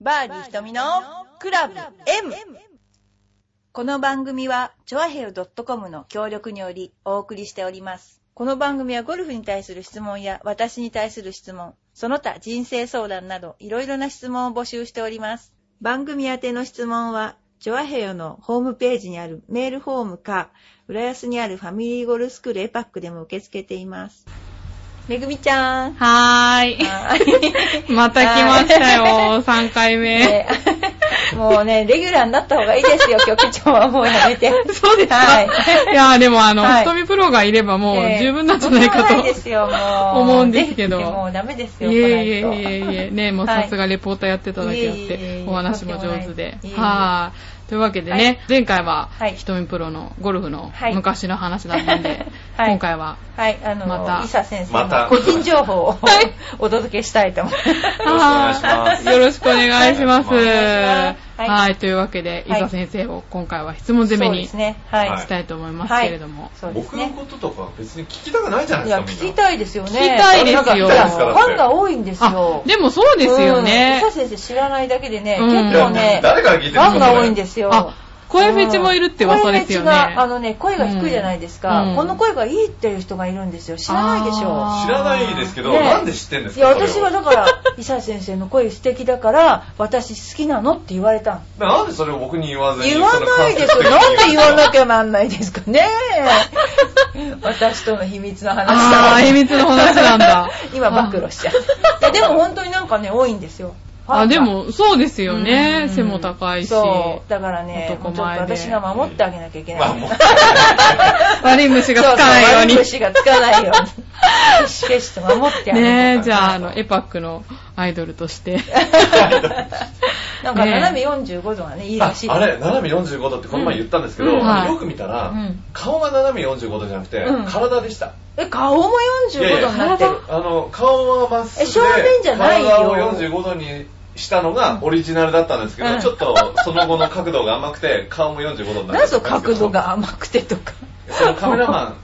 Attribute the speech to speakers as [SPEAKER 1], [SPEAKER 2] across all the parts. [SPEAKER 1] バーディー瞳のクラブ M! この番組は、チョアヘル .com の協力によりお送りしております。この番組はゴルフに対する質問や私に対する質問、その他人生相談などいろいろな質問を募集しております。番組宛ての質問は、チョアヘヨのホームページにあるメールフォームか、浦安にあるファミリーゴルフスクールエパックでも受け付けています。めぐみちゃ ん。
[SPEAKER 2] はーい。また来ましたよ、3回目。
[SPEAKER 1] ね もうね、レギュラーになった方がいいですよ、 局長はもうやめて。
[SPEAKER 2] そうですか、
[SPEAKER 1] はい
[SPEAKER 2] い、やーでもあの、
[SPEAKER 1] はい
[SPEAKER 2] 瞳プロがいればも
[SPEAKER 1] え
[SPEAKER 2] う
[SPEAKER 1] ー
[SPEAKER 2] 十分なんじゃない
[SPEAKER 1] と
[SPEAKER 2] か
[SPEAKER 1] ん
[SPEAKER 2] と。
[SPEAKER 1] でもないですよ、もう。
[SPEAKER 2] 思うんですけど
[SPEAKER 1] ぜひもうダメです
[SPEAKER 2] い
[SPEAKER 1] よ、
[SPEAKER 2] えいえ
[SPEAKER 1] 来
[SPEAKER 2] いえ
[SPEAKER 1] ないいと
[SPEAKER 2] えいえ、ね、もう
[SPEAKER 1] はい
[SPEAKER 2] さすがレポーターやってただけあっ
[SPEAKER 1] いえいえい
[SPEAKER 2] て
[SPEAKER 1] え、
[SPEAKER 2] お話も上手で
[SPEAKER 1] とんでもないいえい。え
[SPEAKER 2] はーい。というわけでね、
[SPEAKER 1] はい
[SPEAKER 2] 前回は、
[SPEAKER 1] はい
[SPEAKER 2] ひとみプロのゴルフの
[SPEAKER 1] はい
[SPEAKER 2] 昔の話だったんで、
[SPEAKER 1] はい
[SPEAKER 2] 今回は、
[SPEAKER 1] はい、あの、
[SPEAKER 2] また
[SPEAKER 1] 伊佐先生
[SPEAKER 3] ま
[SPEAKER 1] の
[SPEAKER 3] た
[SPEAKER 1] 個人情 報をお届けしたいと思います。
[SPEAKER 3] よろしくお願いします
[SPEAKER 2] あーよろしくお願いします。
[SPEAKER 3] お願い
[SPEAKER 1] しますはい
[SPEAKER 2] はい、というわけで、伊
[SPEAKER 1] はい
[SPEAKER 2] 佐先生を今回は質問攻め
[SPEAKER 1] そう
[SPEAKER 2] に
[SPEAKER 1] です
[SPEAKER 2] し
[SPEAKER 1] ね。はい。
[SPEAKER 3] はい
[SPEAKER 2] たいと思いますけれども。
[SPEAKER 1] そうです
[SPEAKER 3] 僕の
[SPEAKER 1] ね。
[SPEAKER 3] こととか別に聞きたくないじゃない
[SPEAKER 1] い
[SPEAKER 3] です
[SPEAKER 1] や、
[SPEAKER 3] か。みんな
[SPEAKER 1] 聞きたいですよね。
[SPEAKER 2] 聞きたいですよ
[SPEAKER 1] なんかファンが多いんです
[SPEAKER 2] あ
[SPEAKER 1] よ、。
[SPEAKER 2] でもそうですよね
[SPEAKER 1] うん。伊佐先生知らないだけでね、
[SPEAKER 2] うん
[SPEAKER 1] 結構ね、
[SPEAKER 3] 誰から聞いてる
[SPEAKER 1] ファンが多いんですすよ。
[SPEAKER 2] あ、声フェチもいるって噂ですよね。
[SPEAKER 1] 声フェチがあのね、声が低いじゃないですか。
[SPEAKER 2] うん
[SPEAKER 1] この声がいいっていう人がいるんですよ。知らないでしょ
[SPEAKER 2] あ。
[SPEAKER 3] 知らないですけど、
[SPEAKER 1] ねえ
[SPEAKER 3] なんで知ってんです
[SPEAKER 1] い
[SPEAKER 3] か
[SPEAKER 1] や、
[SPEAKER 3] それを
[SPEAKER 1] 私はだ から、伊佐先生の声素敵だから、私好きなのって言われたの。
[SPEAKER 3] なんでそれを僕に言わずに。
[SPEAKER 1] 言わないですよ。なんで言わなきゃなんないですか ね。私との秘密の話だ。
[SPEAKER 2] あー、秘密の話なんだ
[SPEAKER 1] 今、暴露しちゃう。いや、でも本当になんかね、多いんですよ。ファンが
[SPEAKER 2] あ、でも、そうですよ
[SPEAKER 1] う
[SPEAKER 2] ね
[SPEAKER 1] ん。
[SPEAKER 2] 背も高いし。
[SPEAKER 1] そう。だからね、ちょ
[SPEAKER 2] 男
[SPEAKER 1] っと
[SPEAKER 2] 前で
[SPEAKER 1] 私が守ってあげなきゃいけ
[SPEAKER 3] ま
[SPEAKER 1] な
[SPEAKER 3] あ
[SPEAKER 1] い。
[SPEAKER 3] もう
[SPEAKER 2] 悪い虫がつかないように。
[SPEAKER 1] そうそう悪口がつかないように。消 し消しと守ってあげ
[SPEAKER 2] ね
[SPEAKER 1] る
[SPEAKER 2] え、じゃあ、あの、エパックのアイドルとして。
[SPEAKER 1] なんか
[SPEAKER 2] ねえ
[SPEAKER 1] 斜め45度がね、いいら
[SPEAKER 3] あ
[SPEAKER 1] しい。
[SPEAKER 3] あれ、斜め45度ってこの前言ったんですけ
[SPEAKER 2] う
[SPEAKER 3] ど、
[SPEAKER 2] んうんはい
[SPEAKER 3] よく見たら
[SPEAKER 1] うん、
[SPEAKER 3] 顔が斜め45度じゃなくて
[SPEAKER 1] うん、
[SPEAKER 3] 体でした。
[SPEAKER 1] え、顔も45度になってる。
[SPEAKER 3] あの、顔はまっすぐで。
[SPEAKER 1] え正面じゃないよ
[SPEAKER 3] 体を45度にしたのがオリジナルだったんですけど、
[SPEAKER 1] うん
[SPEAKER 3] ちょっとその後の角度が甘くて、顔も45度に
[SPEAKER 1] な
[SPEAKER 3] なってたんですけ
[SPEAKER 1] ぜ
[SPEAKER 3] ど
[SPEAKER 1] 角度が甘くてとか。
[SPEAKER 3] そのカメラマン、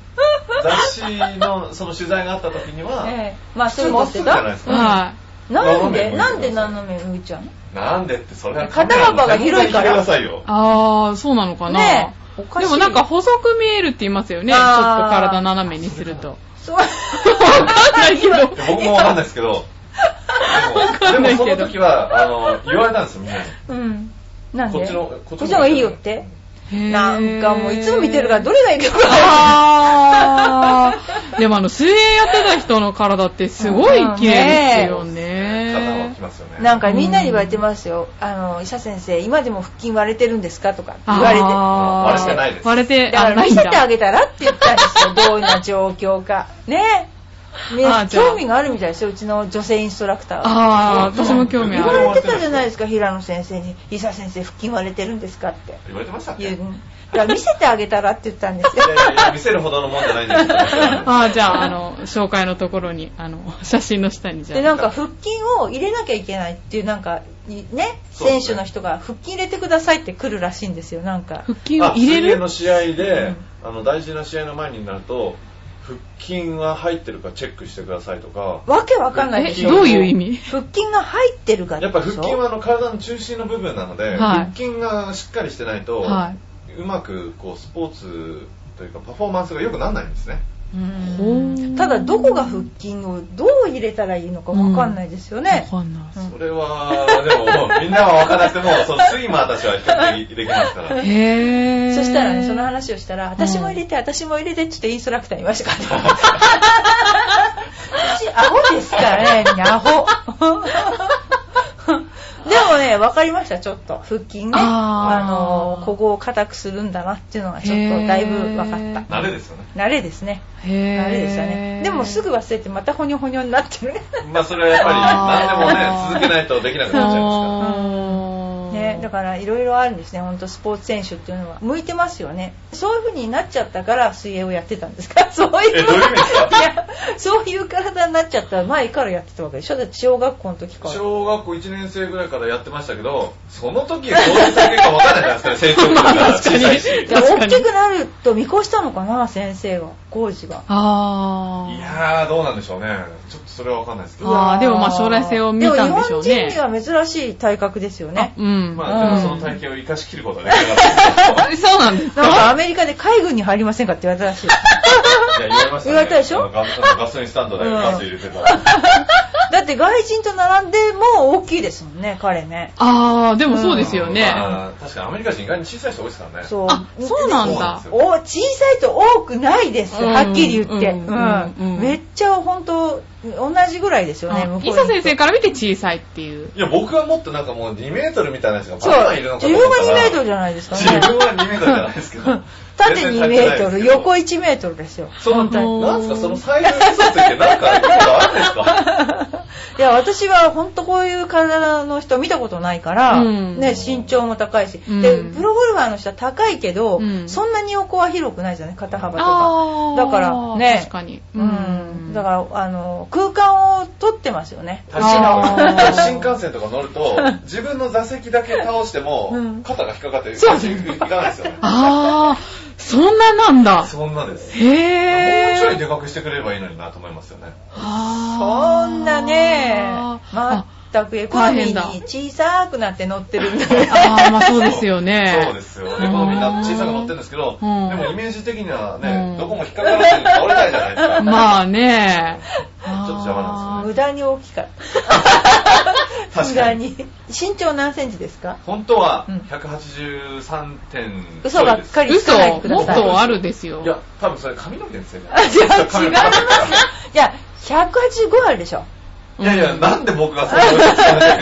[SPEAKER 3] 雑誌のその取材があった時には、
[SPEAKER 1] ええまあ、
[SPEAKER 3] 普
[SPEAKER 1] そういうの
[SPEAKER 3] 通
[SPEAKER 1] 持
[SPEAKER 3] まっ
[SPEAKER 1] っ
[SPEAKER 3] す
[SPEAKER 1] て
[SPEAKER 3] ぐじゃない
[SPEAKER 1] た
[SPEAKER 3] です。か。
[SPEAKER 2] は
[SPEAKER 1] なん
[SPEAKER 3] 斜め向いて
[SPEAKER 1] で、
[SPEAKER 3] る
[SPEAKER 1] なんで斜め向いちゃうの
[SPEAKER 3] なんでって、それは
[SPEAKER 1] 肩幅が広いから
[SPEAKER 3] 考えてくださいよ
[SPEAKER 2] い。。あー、そうなのかな。
[SPEAKER 1] ねえおかしい
[SPEAKER 2] でもなんか細く見えるって言いますよね。ちょっと
[SPEAKER 1] あー
[SPEAKER 2] 体斜めにす ると。
[SPEAKER 1] そう。
[SPEAKER 2] わかんないけど。
[SPEAKER 3] 僕もわかんないですけど、で
[SPEAKER 2] んな
[SPEAKER 3] もで
[SPEAKER 2] いけ
[SPEAKER 3] も
[SPEAKER 2] ど
[SPEAKER 3] その時は、あの、言われたんですよ、みんなに。
[SPEAKER 1] うん。なんで
[SPEAKER 3] こっちの、
[SPEAKER 1] こっちの方がいいよって。なんかもういつも見てるからど
[SPEAKER 2] れ
[SPEAKER 1] れがいいか分かんない。
[SPEAKER 2] あー。でもあの、水泳やってた人の体ってすごい綺麗ですよ
[SPEAKER 3] 肩は
[SPEAKER 2] ね
[SPEAKER 3] き。ますよね。
[SPEAKER 1] なんかみんなに言われてますよ。あの、医者先生、今でも腹筋割れてるんですかとか言われて。
[SPEAKER 2] あー
[SPEAKER 3] 割れてないです
[SPEAKER 2] 割れて、
[SPEAKER 1] だか
[SPEAKER 2] あ、
[SPEAKER 1] ら
[SPEAKER 2] な
[SPEAKER 1] 見
[SPEAKER 2] いん
[SPEAKER 1] せ
[SPEAKER 2] だ。
[SPEAKER 1] てあげたらって言ったん ですよ。どんな状況か。ねね
[SPEAKER 2] あーじゃあ
[SPEAKER 1] 興味があるみたいですよ。うちの女性インストラクターは。
[SPEAKER 2] あー、私も興味
[SPEAKER 1] 言
[SPEAKER 2] あ
[SPEAKER 1] わ
[SPEAKER 2] る。
[SPEAKER 1] れてたじゃないですか、平野先生に。医者先生、腹筋割れてるんですかって。
[SPEAKER 3] 言われてましたっけい
[SPEAKER 1] 言
[SPEAKER 3] や
[SPEAKER 1] う
[SPEAKER 3] いや
[SPEAKER 1] だから見せてあげたらって言ったん ですよ。
[SPEAKER 3] いや見せるほどのもんじゃないんですけど。
[SPEAKER 2] あー、じゃあ、あの、紹介のところに、あの、写真の下にじ
[SPEAKER 1] で、
[SPEAKER 2] ゃ
[SPEAKER 1] な
[SPEAKER 2] あ。
[SPEAKER 1] んか腹筋を入れなきゃいけないっていう、なんか、いね、
[SPEAKER 3] そう
[SPEAKER 1] 選
[SPEAKER 3] ですね
[SPEAKER 1] 手の人が腹筋入れてくださいって来るらしいんですよ、なんか。
[SPEAKER 2] 腹筋を
[SPEAKER 3] あ
[SPEAKER 2] 入れ
[SPEAKER 3] 水泳
[SPEAKER 2] る
[SPEAKER 3] の試合で、あの、大事な試合の前になると、腹筋は入ってるかチェックしてくださいとか、
[SPEAKER 1] わけわかんないで
[SPEAKER 2] え、
[SPEAKER 1] し
[SPEAKER 3] の
[SPEAKER 1] ょ。
[SPEAKER 2] どういう意味
[SPEAKER 1] 腹筋が入ってるから
[SPEAKER 3] やっぱ腹筋はあの体の中心の部分なの
[SPEAKER 2] は
[SPEAKER 3] で、
[SPEAKER 2] い
[SPEAKER 3] 腹筋がしっかりしてないと、
[SPEAKER 2] は
[SPEAKER 3] うまくこうスポーツというかパフォーマンスが良くならないんですね。
[SPEAKER 1] うん
[SPEAKER 2] ほう
[SPEAKER 1] ただ、どこが腹筋をどう入れたらいいのかわかんないですよ
[SPEAKER 2] い。
[SPEAKER 1] ね。
[SPEAKER 2] わかんない。
[SPEAKER 1] うん
[SPEAKER 3] それは、でも、みんなは分からなくて も、そのスイマーたちは比較的できますから。
[SPEAKER 2] へー。
[SPEAKER 1] そしたらね、その話をしたら、私も入れて、私も入れてって言ってインストラクターに言いま したからね。私、アホですからね、アホ。でもね、分かりました、ちょっと。腹筋ね。
[SPEAKER 2] あー
[SPEAKER 1] あの、ここを硬くするんだなっていうのが、ちょっとだいぶ分かった。
[SPEAKER 3] 慣れですよね。
[SPEAKER 1] 慣れですね。
[SPEAKER 2] へー。
[SPEAKER 1] 慣れでしたね。でもすぐ忘れて、またほにょほにょになってるね。
[SPEAKER 3] まあ、それはやっぱり、
[SPEAKER 2] あー
[SPEAKER 3] 何でもね、続けないとできなくなっちゃいま
[SPEAKER 2] あー
[SPEAKER 1] ね、だからいろいろあるんですね、ほんとスポーツ選手っていうのは。向いてますよね。そういう風になっちゃったから水泳をやってたんですかそういう。
[SPEAKER 3] えどういう意味ですか
[SPEAKER 1] いや、そういう体になっちゃったら前からやってたわけでしょだって小学校の時
[SPEAKER 3] す
[SPEAKER 1] か
[SPEAKER 3] から。
[SPEAKER 1] ら。
[SPEAKER 3] 小学校1年生ぐらいからやってましたけど、その時はどういう結果分かんないじゃないですか、成長期 だから小さいし。
[SPEAKER 1] だから
[SPEAKER 2] 確か
[SPEAKER 1] 大
[SPEAKER 2] に
[SPEAKER 1] きくなると見越したのかな、先生が、コーチが。
[SPEAKER 2] あー。
[SPEAKER 3] いやー、どうなんでしょうね。ちょっとそれはわかんないですけ
[SPEAKER 1] う
[SPEAKER 3] ど、
[SPEAKER 1] わ
[SPEAKER 2] あーでもまあ将来性を見
[SPEAKER 1] でも
[SPEAKER 2] たんでしょう
[SPEAKER 1] 日本
[SPEAKER 2] ね。
[SPEAKER 1] 人には珍しい体格ですよね。
[SPEAKER 2] うん。
[SPEAKER 3] まあでもその体験を生かしきること はできなかっ た
[SPEAKER 2] そうなんです
[SPEAKER 1] なん
[SPEAKER 2] か
[SPEAKER 1] かアメリカで海軍に入りませんかって言われたらしい。
[SPEAKER 3] いや言われました
[SPEAKER 1] 言
[SPEAKER 3] ね。
[SPEAKER 1] われたでしょ
[SPEAKER 3] あのガ あのガソリンスタンドでガス入れてたら。
[SPEAKER 1] だって外人と並んでも大きいですもんね、彼ね。
[SPEAKER 2] あー、でもそうですよね。
[SPEAKER 3] まあ確かにアメリカ人意外に小さい人多いですからね。
[SPEAKER 1] そう。
[SPEAKER 2] あそうなんだ
[SPEAKER 1] お小さいと多くないです。
[SPEAKER 2] うん
[SPEAKER 1] はっきり言って。
[SPEAKER 2] うん
[SPEAKER 1] うん
[SPEAKER 2] うん
[SPEAKER 1] めっちゃ本当同じぐらいですよね、向こうに
[SPEAKER 2] 伊佐先生から見て小さいっていう。
[SPEAKER 3] いや、僕はもっとなんかもう2メートルみたいなやつが
[SPEAKER 1] そう
[SPEAKER 3] バンバンいるの。か
[SPEAKER 1] 自
[SPEAKER 3] と思
[SPEAKER 1] 分
[SPEAKER 3] っ
[SPEAKER 1] が2
[SPEAKER 3] たら
[SPEAKER 1] メートルじゃないですか
[SPEAKER 3] 自
[SPEAKER 1] ね。
[SPEAKER 3] 分は2メートルじゃないですけど。
[SPEAKER 1] 縦
[SPEAKER 3] 全然
[SPEAKER 1] 2
[SPEAKER 3] 足りて
[SPEAKER 1] メ
[SPEAKER 3] な
[SPEAKER 1] ー
[SPEAKER 3] い
[SPEAKER 1] ト
[SPEAKER 3] ですけ
[SPEAKER 1] ル、
[SPEAKER 3] ど
[SPEAKER 1] 横1メートルですよ。
[SPEAKER 3] その、
[SPEAKER 1] 本当に
[SPEAKER 3] なんですか、そのサイズの嘘ついてなんか意味があるんですか
[SPEAKER 1] いや、私は本当こういう体の人見たことないから、
[SPEAKER 2] うん
[SPEAKER 1] ね、身長も高いし、
[SPEAKER 2] うん
[SPEAKER 1] で、プロゴルファーの人は高いけど、
[SPEAKER 2] うん
[SPEAKER 1] そんなに横は広くないじゃない肩幅とか。
[SPEAKER 2] あー
[SPEAKER 1] だからね
[SPEAKER 2] 確かに。
[SPEAKER 1] うん。だから、あの、空間を取ってますよね。
[SPEAKER 3] 確か
[SPEAKER 2] あー
[SPEAKER 3] に新幹線とか乗る と、自分の座席だけ倒して
[SPEAKER 1] う
[SPEAKER 3] も
[SPEAKER 1] ん、
[SPEAKER 3] 肩が引っかかって、
[SPEAKER 2] そう
[SPEAKER 3] いかないですよね。
[SPEAKER 2] あー、そんななんだ。
[SPEAKER 3] そんなです。
[SPEAKER 2] へ
[SPEAKER 3] もう
[SPEAKER 2] ー。
[SPEAKER 3] ちょいでかくしてくれればいいのになと思いますよね。
[SPEAKER 1] そ
[SPEAKER 2] そ
[SPEAKER 1] んなね、ま
[SPEAKER 2] あ
[SPEAKER 1] ったくエコノミー
[SPEAKER 2] 大変だ
[SPEAKER 1] に小さくなって乗ってるんだね。
[SPEAKER 2] あー、まあそうですよね。
[SPEAKER 3] そうですよ。ね、このみんな小さく乗ってるんですけど、
[SPEAKER 2] う
[SPEAKER 3] で
[SPEAKER 2] ん
[SPEAKER 3] もイメージ的には
[SPEAKER 2] う
[SPEAKER 3] ね
[SPEAKER 2] ん、
[SPEAKER 3] どこも引っかかる人に倒れないじゃないですか。
[SPEAKER 2] まあね。ちょ
[SPEAKER 3] っと邪魔なん
[SPEAKER 1] 無駄に大きかった。無
[SPEAKER 3] 確 か
[SPEAKER 1] 駄に。身長何センチですか
[SPEAKER 3] 本当は
[SPEAKER 1] うん
[SPEAKER 3] 183点
[SPEAKER 1] 嘘ばっかりつかないでく
[SPEAKER 2] 嘘、
[SPEAKER 1] だ
[SPEAKER 2] もっ
[SPEAKER 1] さい。
[SPEAKER 2] とあるですよ。
[SPEAKER 3] いや、多分それ髪の毛ですよね。
[SPEAKER 1] あ、じゃあ違
[SPEAKER 3] 髪
[SPEAKER 1] い
[SPEAKER 3] の
[SPEAKER 1] ま
[SPEAKER 3] 毛
[SPEAKER 1] すよ。いや、185あるでしょ。
[SPEAKER 2] う
[SPEAKER 3] い
[SPEAKER 2] ん
[SPEAKER 3] やいや、なんで僕がそれを言ってたんだ
[SPEAKER 2] え、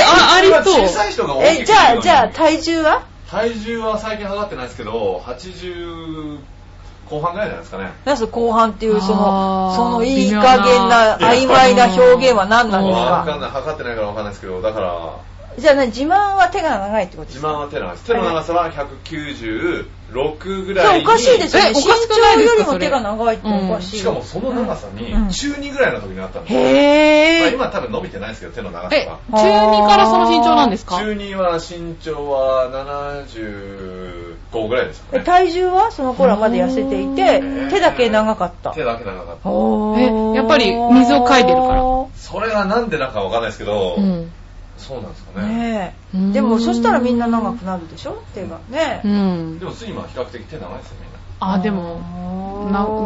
[SPEAKER 2] あ、ありそう。
[SPEAKER 3] 小さい人が多い
[SPEAKER 1] え、じゃあ、じゃあ、体重は
[SPEAKER 3] 体重は最近測ってないですけど、80後半ぐらいじゃないですかね。
[SPEAKER 1] なぜ後半っていうその、
[SPEAKER 2] あー
[SPEAKER 1] そのいい加減な、曖昧な表現は何なんです
[SPEAKER 3] わか
[SPEAKER 1] か
[SPEAKER 3] んない、測ってないからわかんないですけど、だから、
[SPEAKER 1] じゃあ何、自慢は手が長いってことです
[SPEAKER 3] 自
[SPEAKER 1] か
[SPEAKER 3] 慢は手の長さ。手の長さは196ぐら
[SPEAKER 1] そ、
[SPEAKER 3] いうに。
[SPEAKER 1] おかしいですよね。
[SPEAKER 2] え
[SPEAKER 1] 身
[SPEAKER 2] おかしくない
[SPEAKER 1] 長
[SPEAKER 2] です
[SPEAKER 1] よ
[SPEAKER 2] か
[SPEAKER 1] りも手が長いっておかしい。
[SPEAKER 3] しかもその長さに
[SPEAKER 1] うん
[SPEAKER 3] 中2ぐらいの時にあったんですよ、まあ
[SPEAKER 2] へぇー。
[SPEAKER 3] 今多分伸びてないですけど手の長さ
[SPEAKER 2] え、
[SPEAKER 3] が
[SPEAKER 2] 中2からその身長なんですか
[SPEAKER 3] 中2は身長は75ぐらいですか
[SPEAKER 1] え
[SPEAKER 3] ね
[SPEAKER 1] 体重はその頃はまだ痩せていて
[SPEAKER 3] う、ん
[SPEAKER 1] 手だけ長かった。
[SPEAKER 3] 手だけ長かった
[SPEAKER 1] おー
[SPEAKER 2] えやっぱり水をかいでるから
[SPEAKER 3] それがなんでなんかわかんないですけど、
[SPEAKER 2] うん
[SPEAKER 3] そうなんですかね
[SPEAKER 1] ね
[SPEAKER 2] う
[SPEAKER 1] え。
[SPEAKER 2] ん
[SPEAKER 1] でも、そしたらみんな長くなるでしょ手が。ねえ。
[SPEAKER 2] うん
[SPEAKER 3] で。もスイマーは比較的手長いですよみんな
[SPEAKER 2] あ、でも、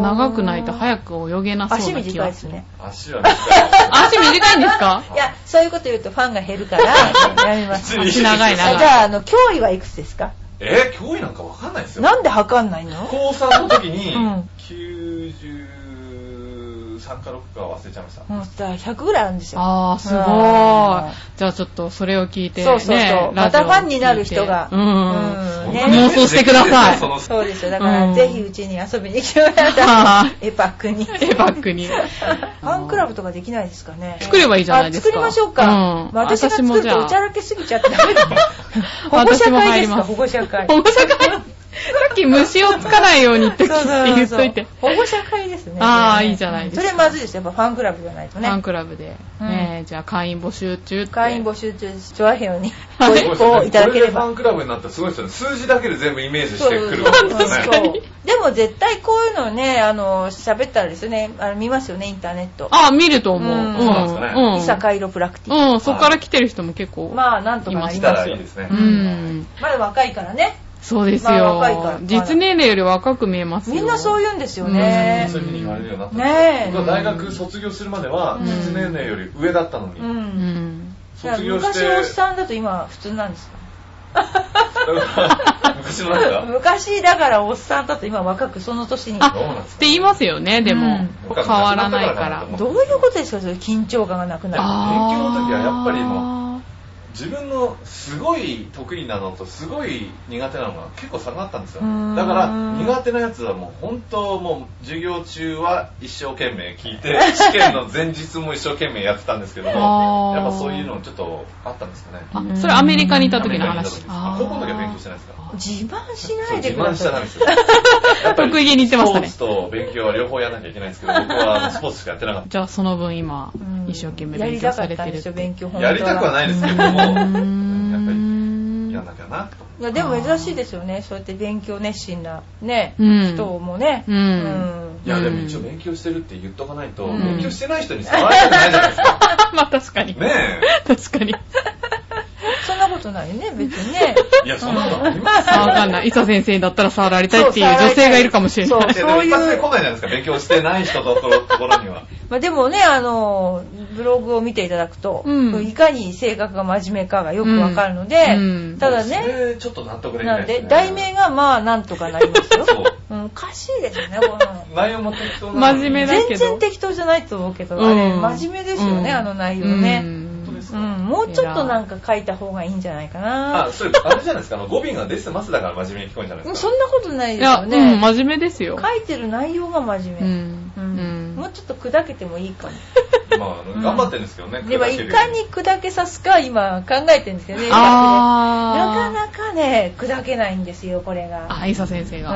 [SPEAKER 2] な長くないと早く泳げなそ
[SPEAKER 1] 足
[SPEAKER 2] うな気
[SPEAKER 1] 短い
[SPEAKER 2] が
[SPEAKER 1] ですす
[SPEAKER 2] る。
[SPEAKER 1] ね。
[SPEAKER 3] 足は 短
[SPEAKER 2] 足短いんですか
[SPEAKER 1] いや、そういうこと言うとファンが減る から、やめます。
[SPEAKER 3] い
[SPEAKER 2] 足長いな
[SPEAKER 1] あじゃあ、あの、脅威はいくつですか
[SPEAKER 3] え脅威なんかわかんないですよ
[SPEAKER 1] なんで測んないの
[SPEAKER 3] 高3の時に
[SPEAKER 1] うん
[SPEAKER 3] 93か6か忘れちゃいました、
[SPEAKER 1] もうさ、100ぐらいあるんですよ。
[SPEAKER 2] あー、すごい
[SPEAKER 1] うん。
[SPEAKER 2] じゃあちょっとそれを聞いて、ね、
[SPEAKER 1] そうそうそう。またファンになる人が。
[SPEAKER 2] ラジオを聞いてうん。
[SPEAKER 1] うんね
[SPEAKER 2] 妄想してくだ さい
[SPEAKER 3] その
[SPEAKER 1] そうですよ。だから、
[SPEAKER 2] うん
[SPEAKER 1] ぜひうちに遊びに来てもらっ
[SPEAKER 2] は
[SPEAKER 1] た
[SPEAKER 2] い
[SPEAKER 1] エパックに。
[SPEAKER 2] え、バッグ に。
[SPEAKER 1] ファンクラブとかできないですかね。
[SPEAKER 2] 作ればいいじゃないですか
[SPEAKER 1] あ作りましょうか。
[SPEAKER 2] うん
[SPEAKER 1] まあ私が作る
[SPEAKER 2] 私もじゃ
[SPEAKER 1] とお
[SPEAKER 2] あ
[SPEAKER 1] ちゃらけすぎちゃってダメだね。保護者会ですか、
[SPEAKER 2] 私
[SPEAKER 1] 保
[SPEAKER 2] も
[SPEAKER 1] 護者会。
[SPEAKER 2] 保護者会さっき虫をつかないようにって
[SPEAKER 1] そうそう
[SPEAKER 2] 言
[SPEAKER 1] そう
[SPEAKER 2] っといて。
[SPEAKER 1] 保護者会ですね。
[SPEAKER 2] あー
[SPEAKER 1] これね
[SPEAKER 2] いいじゃないですか
[SPEAKER 1] それまずいです。やっぱファンクラブじゃないと
[SPEAKER 2] ファン
[SPEAKER 1] ね。
[SPEAKER 2] クラブで。
[SPEAKER 1] うん
[SPEAKER 2] ねえじゃあ会員募集中って。
[SPEAKER 1] 会員募集中です。チョアヘヨに
[SPEAKER 2] は
[SPEAKER 1] ご
[SPEAKER 2] い
[SPEAKER 1] 一報いただければ。
[SPEAKER 3] これでファンクラブになったらすごいですよね。数字だけで全部イメージしてくるわ
[SPEAKER 1] そ
[SPEAKER 3] け
[SPEAKER 1] う
[SPEAKER 3] ですよね。
[SPEAKER 1] そうでも絶対こういうのね、あの、喋ったらですね、あの見ますよね、インターネット。
[SPEAKER 2] あ、見ると思う。
[SPEAKER 1] う
[SPEAKER 2] うんん。
[SPEAKER 1] そうなん
[SPEAKER 3] ですかね
[SPEAKER 2] うん
[SPEAKER 1] イサカイロプラクティッ
[SPEAKER 2] うん、そっから来てる人も結構。
[SPEAKER 1] ク。まあ、なんとかな
[SPEAKER 3] 来
[SPEAKER 1] り
[SPEAKER 3] た
[SPEAKER 1] ま
[SPEAKER 3] ら
[SPEAKER 1] す
[SPEAKER 3] いい
[SPEAKER 1] よ
[SPEAKER 3] で。すね。
[SPEAKER 2] うん。
[SPEAKER 1] まだ若いからね。
[SPEAKER 2] そうです
[SPEAKER 1] まあ
[SPEAKER 2] よ
[SPEAKER 1] 若いから。
[SPEAKER 2] 実年齢より若く見えますよ。
[SPEAKER 1] みんなそう
[SPEAKER 2] いう。
[SPEAKER 1] 言うんですよね。
[SPEAKER 3] そういうふうに言われるようになった。
[SPEAKER 1] ねえ
[SPEAKER 3] 僕は大学卒業するまでは
[SPEAKER 2] うん
[SPEAKER 3] 実年齢より上だったのに、
[SPEAKER 1] うん。
[SPEAKER 2] ん。
[SPEAKER 1] だから
[SPEAKER 3] 卒業し
[SPEAKER 1] 昔
[SPEAKER 3] て、
[SPEAKER 1] のおっさんだと今は普通なんですよ。
[SPEAKER 3] 昔のなんか、
[SPEAKER 1] 昔だからおっさんだと今若くその年に。
[SPEAKER 2] あ
[SPEAKER 3] どうなんです
[SPEAKER 2] っ
[SPEAKER 3] か
[SPEAKER 2] て言いますよね、で
[SPEAKER 1] う
[SPEAKER 2] も
[SPEAKER 1] ん。
[SPEAKER 2] 変わらないから。
[SPEAKER 1] どういうことですかそれ緊張感がなくなる。
[SPEAKER 3] 勉強の時はやっぱり
[SPEAKER 2] もう。
[SPEAKER 3] 自分のすごい得意なのとすごい苦手なのが結構差があったんですよ
[SPEAKER 1] うーん
[SPEAKER 3] だから苦手なやつはもう本当もう授業中は一生懸命聞い て試験の前日も一生懸命やってたんですけども
[SPEAKER 2] あー
[SPEAKER 3] やっぱそういうのちょっとあったんですかね
[SPEAKER 2] あ、それアメリカに行った時の
[SPEAKER 3] アメリカに
[SPEAKER 2] 話
[SPEAKER 3] いた時で。す
[SPEAKER 2] あ
[SPEAKER 3] あ
[SPEAKER 2] ー
[SPEAKER 3] 高校の時は勉強してないですか
[SPEAKER 1] 自慢し
[SPEAKER 3] そ
[SPEAKER 1] な
[SPEAKER 3] う
[SPEAKER 1] い
[SPEAKER 3] 自
[SPEAKER 1] でくだ
[SPEAKER 3] 慢した
[SPEAKER 1] さ
[SPEAKER 3] なん
[SPEAKER 1] い
[SPEAKER 3] ですよやっぱり
[SPEAKER 2] 得意に行ってましたね
[SPEAKER 3] スポーツと勉強は両方やらなきゃいけないんですけど僕はスポーツしかやってなかっ
[SPEAKER 2] じゃあその分今
[SPEAKER 1] うん。、
[SPEAKER 2] 一生懸命
[SPEAKER 1] やり
[SPEAKER 2] 勉
[SPEAKER 1] た
[SPEAKER 2] 強
[SPEAKER 1] か
[SPEAKER 2] さ
[SPEAKER 1] っ
[SPEAKER 2] れ
[SPEAKER 1] た
[SPEAKER 2] て
[SPEAKER 1] ん
[SPEAKER 2] る
[SPEAKER 1] ですよ、
[SPEAKER 2] って。
[SPEAKER 1] 勉強
[SPEAKER 3] た
[SPEAKER 1] 本当
[SPEAKER 3] やりたくはないですけどもやっ
[SPEAKER 2] う
[SPEAKER 3] ぱり
[SPEAKER 2] ん
[SPEAKER 3] やらなきゃなと
[SPEAKER 1] いやでも珍しいですよね、そうやって勉強熱心なね、
[SPEAKER 2] うん
[SPEAKER 1] 人もね、
[SPEAKER 2] うん
[SPEAKER 3] いや、で
[SPEAKER 2] う
[SPEAKER 3] も
[SPEAKER 2] ん
[SPEAKER 3] 一応勉強してるって言っとかないと、
[SPEAKER 2] うん
[SPEAKER 3] 勉強してない人に触られたくないじゃないです か。
[SPEAKER 2] まあ確かに。
[SPEAKER 3] ね
[SPEAKER 2] 確かに。
[SPEAKER 1] そんなことないね、別にね。
[SPEAKER 3] え。いや、そんなのあります
[SPEAKER 2] わかんない。いざ先生だったら触られたいっていう女性がいるかもしれな
[SPEAKER 1] そう
[SPEAKER 2] い。
[SPEAKER 3] いやでも一発
[SPEAKER 1] そうい
[SPEAKER 3] で
[SPEAKER 1] う
[SPEAKER 3] 来ないじゃないですか、勉強してない人のところところには。
[SPEAKER 1] まあでもね、あの、ブログを見ていただくと、
[SPEAKER 2] うん
[SPEAKER 1] いかに性格が真面目かがよくわかるので、
[SPEAKER 2] うん
[SPEAKER 1] ただね、
[SPEAKER 3] それちょっと納得でき
[SPEAKER 1] な
[SPEAKER 3] ない
[SPEAKER 1] ん
[SPEAKER 3] で、
[SPEAKER 1] です
[SPEAKER 3] ね。
[SPEAKER 1] 題名がまあなんとかなりますよ。
[SPEAKER 3] そう。
[SPEAKER 1] うん、おかしいですね、この。
[SPEAKER 3] 内容も適当なのに
[SPEAKER 2] 真面目だけ
[SPEAKER 1] 全
[SPEAKER 2] ど
[SPEAKER 1] 然適当じゃないと思うけど、
[SPEAKER 2] うん
[SPEAKER 1] あれ、真面目ですよね、
[SPEAKER 2] うん
[SPEAKER 1] あの内
[SPEAKER 2] う
[SPEAKER 1] 容ね。
[SPEAKER 2] ん
[SPEAKER 3] 本当です
[SPEAKER 1] う
[SPEAKER 3] か
[SPEAKER 1] ん、もうちょっとなんか書いた方がいいんじゃないかな
[SPEAKER 3] あ、。それ、あれじゃないですか、あの語尾がですますだから真面目に聞こえるんじゃない
[SPEAKER 1] うん
[SPEAKER 3] です
[SPEAKER 1] そ
[SPEAKER 3] か。
[SPEAKER 1] んなことない
[SPEAKER 2] い
[SPEAKER 1] です
[SPEAKER 2] や、
[SPEAKER 1] よ
[SPEAKER 2] うん、
[SPEAKER 1] ね。
[SPEAKER 2] 真面目ですよ。
[SPEAKER 1] 書いてる内容が真面
[SPEAKER 2] う
[SPEAKER 1] 目。
[SPEAKER 2] ん。
[SPEAKER 1] う
[SPEAKER 2] うん
[SPEAKER 1] も
[SPEAKER 2] ん。
[SPEAKER 1] うちょっと砕けてもいいかも。
[SPEAKER 3] まああの、
[SPEAKER 1] うん
[SPEAKER 3] 頑張ってるんですけどね。
[SPEAKER 1] でも、いかに砕けさすか今考えてるんですけどね。なか
[SPEAKER 2] あ
[SPEAKER 1] なかね、砕けないんですよ、これ
[SPEAKER 2] あ。
[SPEAKER 1] が。
[SPEAKER 2] あ、いさ先生
[SPEAKER 1] うん。
[SPEAKER 2] が。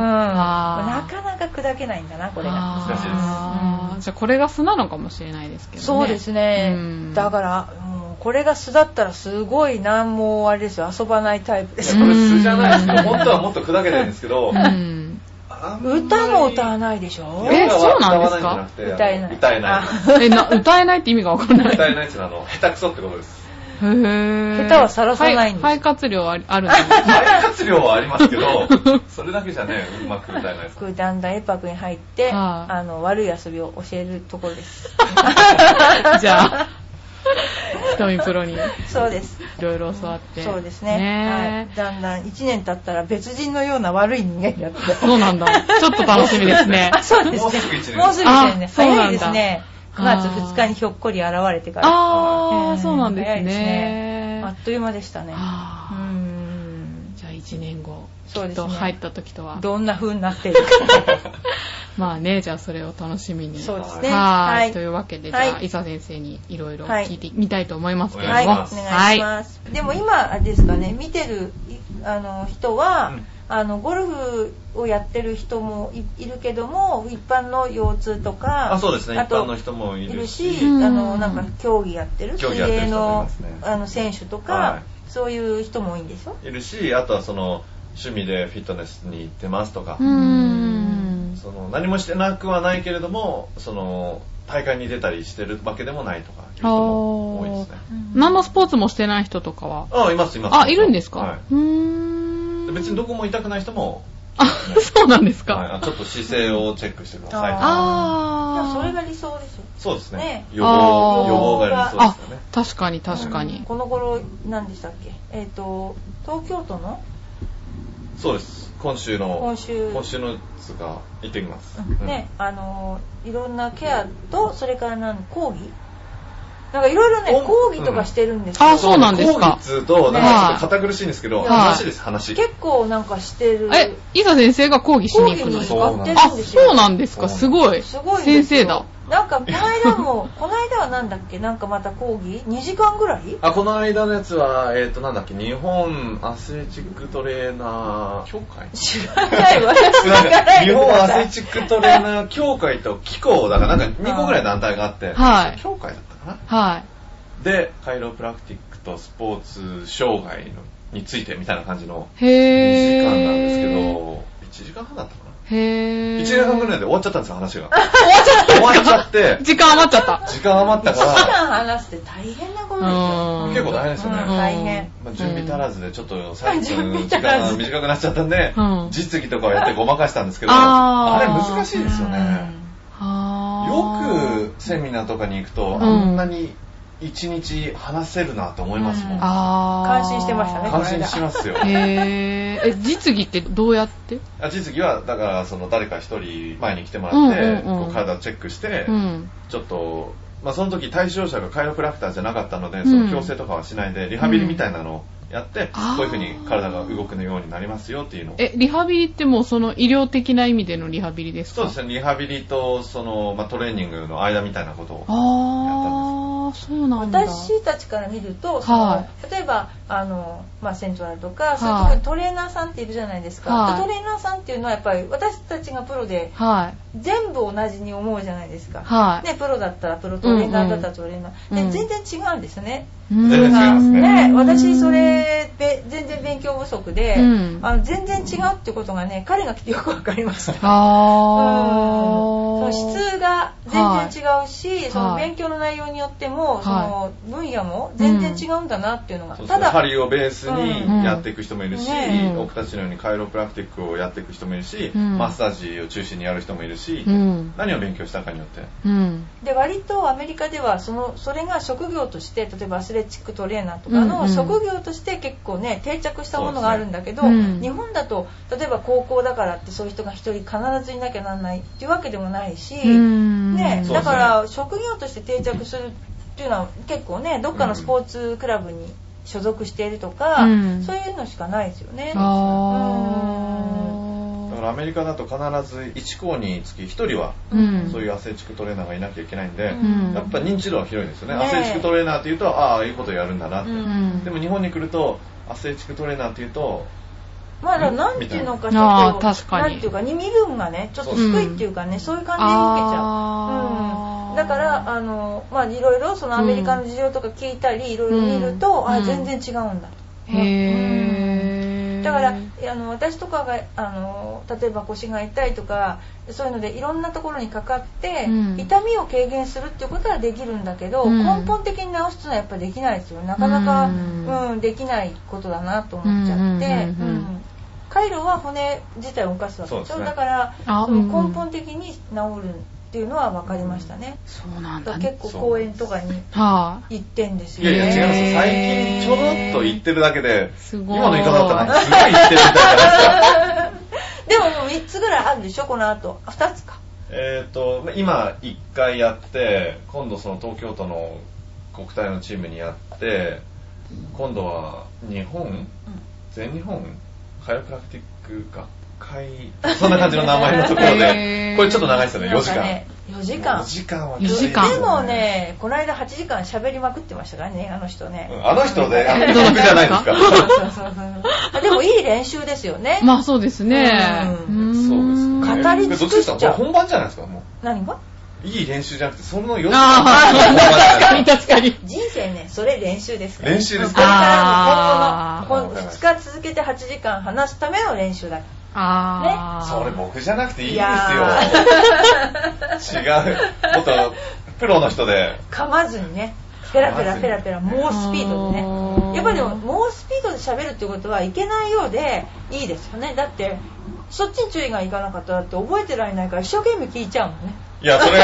[SPEAKER 2] あ
[SPEAKER 1] な
[SPEAKER 2] ー
[SPEAKER 1] かなか砕けないんだな、これが。
[SPEAKER 3] 難しいです
[SPEAKER 2] あーじゃあこれが素なのかもしれないですけどね。
[SPEAKER 1] そうですね
[SPEAKER 2] う。ん
[SPEAKER 1] だから、うんこれが素だったらすごい何もあれですよ、遊ばないタイプで
[SPEAKER 3] い
[SPEAKER 1] す
[SPEAKER 3] や、こ
[SPEAKER 1] よ。
[SPEAKER 3] れ素じゃないですけ
[SPEAKER 2] うん
[SPEAKER 3] ど、本当はもっと砕けてるんですけど、
[SPEAKER 2] うん。
[SPEAKER 3] あんまり
[SPEAKER 1] 歌も歌わないでしょ
[SPEAKER 2] えそうなんですか
[SPEAKER 1] 歌えない。
[SPEAKER 3] 歌えない。
[SPEAKER 1] あ
[SPEAKER 2] え、な、歌えないって意味がわか んない。
[SPEAKER 3] 歌えないっていうのは、あの、下手くそってことです。
[SPEAKER 2] へぇ
[SPEAKER 1] 下手はさらさないんです
[SPEAKER 2] 肺活量ありあるんですね
[SPEAKER 3] 肺活量はありますけ ど、それだけじゃね、うまく歌えないです。
[SPEAKER 1] 僕だんだんエパクに入って、
[SPEAKER 2] はい
[SPEAKER 1] あの、悪い遊びを教えるところ です。
[SPEAKER 2] じゃあ、瞳プロにい
[SPEAKER 1] そうです。
[SPEAKER 2] ろいろ教わって。
[SPEAKER 1] そうですね
[SPEAKER 2] ね
[SPEAKER 1] は
[SPEAKER 2] え
[SPEAKER 1] い。だんだん1年経ったら別人のような悪い人間になって。
[SPEAKER 2] そうなんだ。ちょっと楽しみです ね。
[SPEAKER 1] あ、そうですね。
[SPEAKER 3] もうすぐ一年
[SPEAKER 1] もうすぐ一年ね。
[SPEAKER 2] あそうなんだ
[SPEAKER 1] 早いですね。9月2日にひょっこり現れてから。
[SPEAKER 2] あ
[SPEAKER 1] うん
[SPEAKER 2] ー、そうなんです
[SPEAKER 1] 早いです
[SPEAKER 2] ね
[SPEAKER 1] ね。あっという間でしたね。うー
[SPEAKER 2] あ
[SPEAKER 1] ん
[SPEAKER 2] ーじゃあ1年後、き
[SPEAKER 1] そう
[SPEAKER 2] っ
[SPEAKER 1] ですね
[SPEAKER 2] と入った時とは。
[SPEAKER 1] どんな風になっているか。
[SPEAKER 2] まあね、じゃあそれを楽しみに。
[SPEAKER 1] そうですね。
[SPEAKER 2] は。
[SPEAKER 1] はいい。
[SPEAKER 2] というわけで、じ
[SPEAKER 1] はい
[SPEAKER 2] ゃあ、伊佐先生にいろいろ聞いてみたいと思いますけれども。
[SPEAKER 1] は
[SPEAKER 3] 願
[SPEAKER 1] い、
[SPEAKER 3] い
[SPEAKER 1] お
[SPEAKER 3] し
[SPEAKER 1] 願
[SPEAKER 3] ます
[SPEAKER 1] いします。でも今、あれですかね、見てるいあの人は、
[SPEAKER 3] うん
[SPEAKER 1] あのゴルフをやってる人もいいるけども、一般の腰痛とか、
[SPEAKER 3] あ、そうですね。一
[SPEAKER 1] あと
[SPEAKER 3] 般の人もい
[SPEAKER 1] い
[SPEAKER 3] る
[SPEAKER 1] る
[SPEAKER 3] し
[SPEAKER 1] し、、
[SPEAKER 2] うん
[SPEAKER 1] あのなんか競技やってる
[SPEAKER 3] 競技
[SPEAKER 1] 水
[SPEAKER 3] やってる
[SPEAKER 1] 泳
[SPEAKER 3] 人もい
[SPEAKER 1] の
[SPEAKER 3] ますね
[SPEAKER 1] あの選手とか、
[SPEAKER 3] はい
[SPEAKER 1] そういう人も多いんでしょ。
[SPEAKER 3] いるし、あとはその、趣味でフィットネスに行ってますとか
[SPEAKER 2] う、ん。
[SPEAKER 3] その、何もしてなくはないけれども、その、大会に出たりしてるわけでもないとか、いう人も多いですね。
[SPEAKER 2] 何のスポーツもしてない人とかは
[SPEAKER 3] あ、います、います。
[SPEAKER 2] あ、いるんですか、
[SPEAKER 3] は
[SPEAKER 2] うー
[SPEAKER 3] い。
[SPEAKER 2] ん。
[SPEAKER 3] 別にどこも痛くない人も、
[SPEAKER 2] あ、そうなんですか、
[SPEAKER 3] はいあちょっと姿勢をチェックしてください
[SPEAKER 1] いや
[SPEAKER 3] とか。
[SPEAKER 2] あー。
[SPEAKER 1] それが理想ですよ。
[SPEAKER 3] そうですね
[SPEAKER 1] ね。
[SPEAKER 3] 予防、
[SPEAKER 2] あー
[SPEAKER 3] 予防が理想
[SPEAKER 2] あ
[SPEAKER 3] ですよね。、
[SPEAKER 2] 確かに確かに。
[SPEAKER 1] この頃何でしたっけ？えっ、と東京都の
[SPEAKER 3] そうです。今週の、
[SPEAKER 1] 今週
[SPEAKER 3] 今週のつうか、行ってきます。
[SPEAKER 1] ね、あのーいろんなケアとそれから何講義なんかいろいろね
[SPEAKER 3] お
[SPEAKER 1] 講義とかしてるんです
[SPEAKER 3] うん。
[SPEAKER 1] よ、
[SPEAKER 2] あそうなんですか
[SPEAKER 3] 講義っつうと、なんかちょっと堅苦しいんですけど、
[SPEAKER 1] はい
[SPEAKER 3] 話です、話。
[SPEAKER 1] 結構なんかしてる
[SPEAKER 2] え、伊佐先生が講義し
[SPEAKER 1] 講
[SPEAKER 2] に
[SPEAKER 1] 義
[SPEAKER 2] 行くの
[SPEAKER 1] に
[SPEAKER 2] に
[SPEAKER 1] 使って
[SPEAKER 2] あ、
[SPEAKER 1] るんですよ
[SPEAKER 2] そうなんですかすごい。
[SPEAKER 1] すごい
[SPEAKER 2] 先
[SPEAKER 1] ですよ
[SPEAKER 2] 生だ。
[SPEAKER 1] なんかこの間 もこの間はなんだっけなんかまた講義2時間ぐらい
[SPEAKER 3] あ、この間のやつは、えっ、と、なんだっけ、日本アスレチックトレーナー協会
[SPEAKER 1] 知らないわ私知らない
[SPEAKER 3] 日
[SPEAKER 1] でく
[SPEAKER 3] 本
[SPEAKER 1] だ
[SPEAKER 3] ア
[SPEAKER 1] さ
[SPEAKER 3] スレ
[SPEAKER 1] い
[SPEAKER 3] チックトレーナー協会と機構だから、なんか2個ぐらい団体があって、
[SPEAKER 2] はい
[SPEAKER 3] 協会だったかな
[SPEAKER 2] は
[SPEAKER 3] で、カイロプラクティックとスポーツ障害のについてみたいな感じの
[SPEAKER 2] い。
[SPEAKER 3] 2
[SPEAKER 2] へー。
[SPEAKER 3] 時間なんですけ。ど、1時間半だったかな
[SPEAKER 2] へー。
[SPEAKER 3] 1時間半ぐらいで終わっちゃったんですよ、話が。終わっちゃって、
[SPEAKER 2] 時間余っちゃった。
[SPEAKER 3] 時間余った
[SPEAKER 1] 1時
[SPEAKER 3] か
[SPEAKER 1] 間話すって大変なことです
[SPEAKER 2] う
[SPEAKER 1] よ
[SPEAKER 2] ん
[SPEAKER 3] 結構大変ですよね
[SPEAKER 1] うん大変
[SPEAKER 3] ら、まあ、準備足らずでちょっと最
[SPEAKER 1] うん
[SPEAKER 3] 分
[SPEAKER 1] 準備
[SPEAKER 3] 時
[SPEAKER 1] 足ら
[SPEAKER 3] 間
[SPEAKER 1] ず
[SPEAKER 3] 短くなっちゃったんで
[SPEAKER 2] うん、
[SPEAKER 3] 実技とかをやってごまかしたんですけど、あ
[SPEAKER 2] あー
[SPEAKER 3] れ難しいですよね。
[SPEAKER 2] はー
[SPEAKER 3] よくセミナーとかに行く
[SPEAKER 2] う
[SPEAKER 3] と、
[SPEAKER 2] ん
[SPEAKER 3] あんなに1日話せるなと思いますもん。
[SPEAKER 2] あー
[SPEAKER 1] 感心してましたね
[SPEAKER 3] 感心しますよ。
[SPEAKER 2] へーえ、実技ってどうやって
[SPEAKER 3] あ実技は、だから、その誰か一人前に来てもらって、
[SPEAKER 2] うんうんうん
[SPEAKER 3] こう体をチェックして、
[SPEAKER 2] うん。
[SPEAKER 3] ちょっと、まあ、その時対象者がカイロプラクターじゃなかったので、その矯正とかはしないで、リハビリみたいなのをやって、
[SPEAKER 2] あー
[SPEAKER 3] こういうふうに体が動くようになりますよっていうのを。
[SPEAKER 2] え、リハビリってもうその医療的な意味でのリハビリですか
[SPEAKER 3] そうですね、リハビリとその、まあ、トレーニングの間みたいなことを。
[SPEAKER 2] ああ、そうなんだ。
[SPEAKER 1] 私たちから見ると、そ
[SPEAKER 2] は
[SPEAKER 1] の例えばあの、まあ、セントラルとか、そういう
[SPEAKER 2] はい
[SPEAKER 1] とこにトレーナーさんっているじゃないですか、
[SPEAKER 2] はい
[SPEAKER 1] でトレーナーさんっていうのはやっぱり私たちがプロで
[SPEAKER 2] はい。
[SPEAKER 1] 全部同じに思うじゃないですか、
[SPEAKER 2] はい。
[SPEAKER 1] ね、プロだったらプロトレーナーだったらトレーナー、
[SPEAKER 2] うんうん
[SPEAKER 1] で全然違うんですよね、
[SPEAKER 2] うん
[SPEAKER 3] 全然違いますね
[SPEAKER 1] ね私そ。れでで全然勉強不足で、
[SPEAKER 2] うん
[SPEAKER 1] あの全然違うってことがね彼が来てよく分かりました。
[SPEAKER 2] あ
[SPEAKER 1] うん
[SPEAKER 2] ー。
[SPEAKER 1] その質が全然違うし、
[SPEAKER 2] い
[SPEAKER 1] その
[SPEAKER 2] はい
[SPEAKER 1] 勉強の内容によっても、
[SPEAKER 2] はい
[SPEAKER 1] その分野も全然違うんだなっていうのが、
[SPEAKER 3] そうそう
[SPEAKER 1] ただ、
[SPEAKER 3] ハリーをベース
[SPEAKER 2] うん
[SPEAKER 3] にやっていく人もいるし、
[SPEAKER 1] ね
[SPEAKER 2] え
[SPEAKER 3] 僕たちのようにカイロプラクティックをやっていく人もいるし、
[SPEAKER 2] うん
[SPEAKER 3] マッサージを中心にやる人もいるし、
[SPEAKER 2] うん。
[SPEAKER 3] 何を勉強したかによって
[SPEAKER 2] うん。
[SPEAKER 1] で割とアメリカではそのそれが職業として例えばアスレチックトレーナーとか
[SPEAKER 2] うんう
[SPEAKER 1] の
[SPEAKER 2] ん
[SPEAKER 1] 職業として結構ね定着したものがあるんだけど、
[SPEAKER 2] そうですねうん
[SPEAKER 1] 日本だと例えば高校だからってそういう人が1人必ずいなきゃなんないっていうわけでもないし、
[SPEAKER 2] うん
[SPEAKER 1] ね
[SPEAKER 3] そうですね
[SPEAKER 1] だから職業として定着するっていうのは結構ねどっかのスポーツクラブに所属しているとか、
[SPEAKER 2] うん
[SPEAKER 1] そういうのしかないですよね。
[SPEAKER 2] あ
[SPEAKER 3] だか
[SPEAKER 2] ー。
[SPEAKER 3] らアメリカだと必ず1校につき1人は
[SPEAKER 2] うん
[SPEAKER 3] そういうアスレチックトレーナーがいなきゃいけないんで、
[SPEAKER 2] うん
[SPEAKER 3] やっぱ認知度は広いんですよね
[SPEAKER 1] ねえ
[SPEAKER 3] アスレチックトレーナーっていうとああいうことやるんだなって、
[SPEAKER 1] うん
[SPEAKER 2] うん
[SPEAKER 3] でも日本に来るとアスレチックトレーナーっていうと
[SPEAKER 1] まあ、だからなんていうのか、ちょ
[SPEAKER 2] あー
[SPEAKER 1] っと、
[SPEAKER 2] 確かに
[SPEAKER 1] なんていうか、に身分がね、ちょっと低いっていうかね、そういう感じに受けちゃ
[SPEAKER 2] あ
[SPEAKER 1] う。
[SPEAKER 2] ー
[SPEAKER 1] うん、だから、あの、まあ、いろいろ、そのアメリカの事情とか聞いたり、いろいろ見る
[SPEAKER 2] う
[SPEAKER 1] と、
[SPEAKER 2] ん
[SPEAKER 1] あー
[SPEAKER 2] うん
[SPEAKER 1] 全然違うんだ。
[SPEAKER 2] へー。
[SPEAKER 1] だから、あの、私とかが、あの、例えば腰が痛いとか、そういうので、いろんなところにかかって
[SPEAKER 2] うん、
[SPEAKER 1] 痛みを軽減するっていうことはできるんだけど、
[SPEAKER 2] うん
[SPEAKER 1] 根本的に治すのはやっぱできないですよ。なかなか、
[SPEAKER 2] うん
[SPEAKER 1] うん、できないことだなと思っちゃって、
[SPEAKER 2] うんうんうんうん
[SPEAKER 1] うん回路は骨自体を動かすわけでしょ
[SPEAKER 3] そうですね
[SPEAKER 1] だから
[SPEAKER 2] あ
[SPEAKER 1] その
[SPEAKER 2] うんうん
[SPEAKER 1] 根本的に治るっていうのは分かりましたね、
[SPEAKER 2] そうなん
[SPEAKER 1] だから
[SPEAKER 2] だね。
[SPEAKER 1] 結構公園とかに
[SPEAKER 2] は
[SPEAKER 1] 行ってんです
[SPEAKER 3] い
[SPEAKER 1] よ
[SPEAKER 3] や
[SPEAKER 1] ね
[SPEAKER 3] いや違うんで
[SPEAKER 2] へ
[SPEAKER 3] すよ最
[SPEAKER 2] ー
[SPEAKER 3] 近ちょろっと言ってるだけです
[SPEAKER 2] ごい
[SPEAKER 3] 今の言い方だったらすごい言ってるみたいじゃないですか
[SPEAKER 1] でももう3つぐらいあるでしょこの後あ2つか
[SPEAKER 3] えっとまあ今1回やって今度その東京都の国体のチームにやって今度は日本全日本カイロプラクティック学会そんな感じの名前のところ
[SPEAKER 2] へ
[SPEAKER 3] で
[SPEAKER 2] ー
[SPEAKER 3] これちょっと長いですよね4時
[SPEAKER 1] な
[SPEAKER 3] 間、
[SPEAKER 1] んかね4時間
[SPEAKER 3] 4時間は
[SPEAKER 2] 四時間
[SPEAKER 1] でもねこの間8時間喋りまくってましたからねあの人ね、
[SPEAKER 3] うんあの人 ね、あの
[SPEAKER 2] どうだったん
[SPEAKER 3] 僕
[SPEAKER 2] で
[SPEAKER 3] じ
[SPEAKER 2] すか
[SPEAKER 3] ゃないですか。
[SPEAKER 1] そうそうそうでもいい練習ですよね、
[SPEAKER 2] い。まあそうですね。
[SPEAKER 1] うん
[SPEAKER 2] うん
[SPEAKER 1] そうです語り尽くしちゃう
[SPEAKER 3] どっちですかこれ本番じゃないですか、も
[SPEAKER 1] 何が
[SPEAKER 3] う。いい練習じゃなくて、その4時間
[SPEAKER 2] ああ、確かに確かに。
[SPEAKER 1] 人生ねそれ練習ですから
[SPEAKER 3] 練習です
[SPEAKER 1] これから
[SPEAKER 2] あ
[SPEAKER 1] も
[SPEAKER 2] ー
[SPEAKER 1] 今後の2日続けて8時間話すための練習だ
[SPEAKER 2] ああ。
[SPEAKER 3] それ僕じゃなくていいん
[SPEAKER 1] い
[SPEAKER 3] で
[SPEAKER 1] や
[SPEAKER 3] すよ。違う。もっと、プロの人で。
[SPEAKER 1] 噛まずにねペラペラペラペラ猛スピードでね
[SPEAKER 2] あー
[SPEAKER 1] やっぱでも猛スピードで喋るってことはいけないようでいいですよねだってそっちに注意がいかなかったらって覚えてられないから一生懸命聞いちゃうもんね
[SPEAKER 3] いや、それ、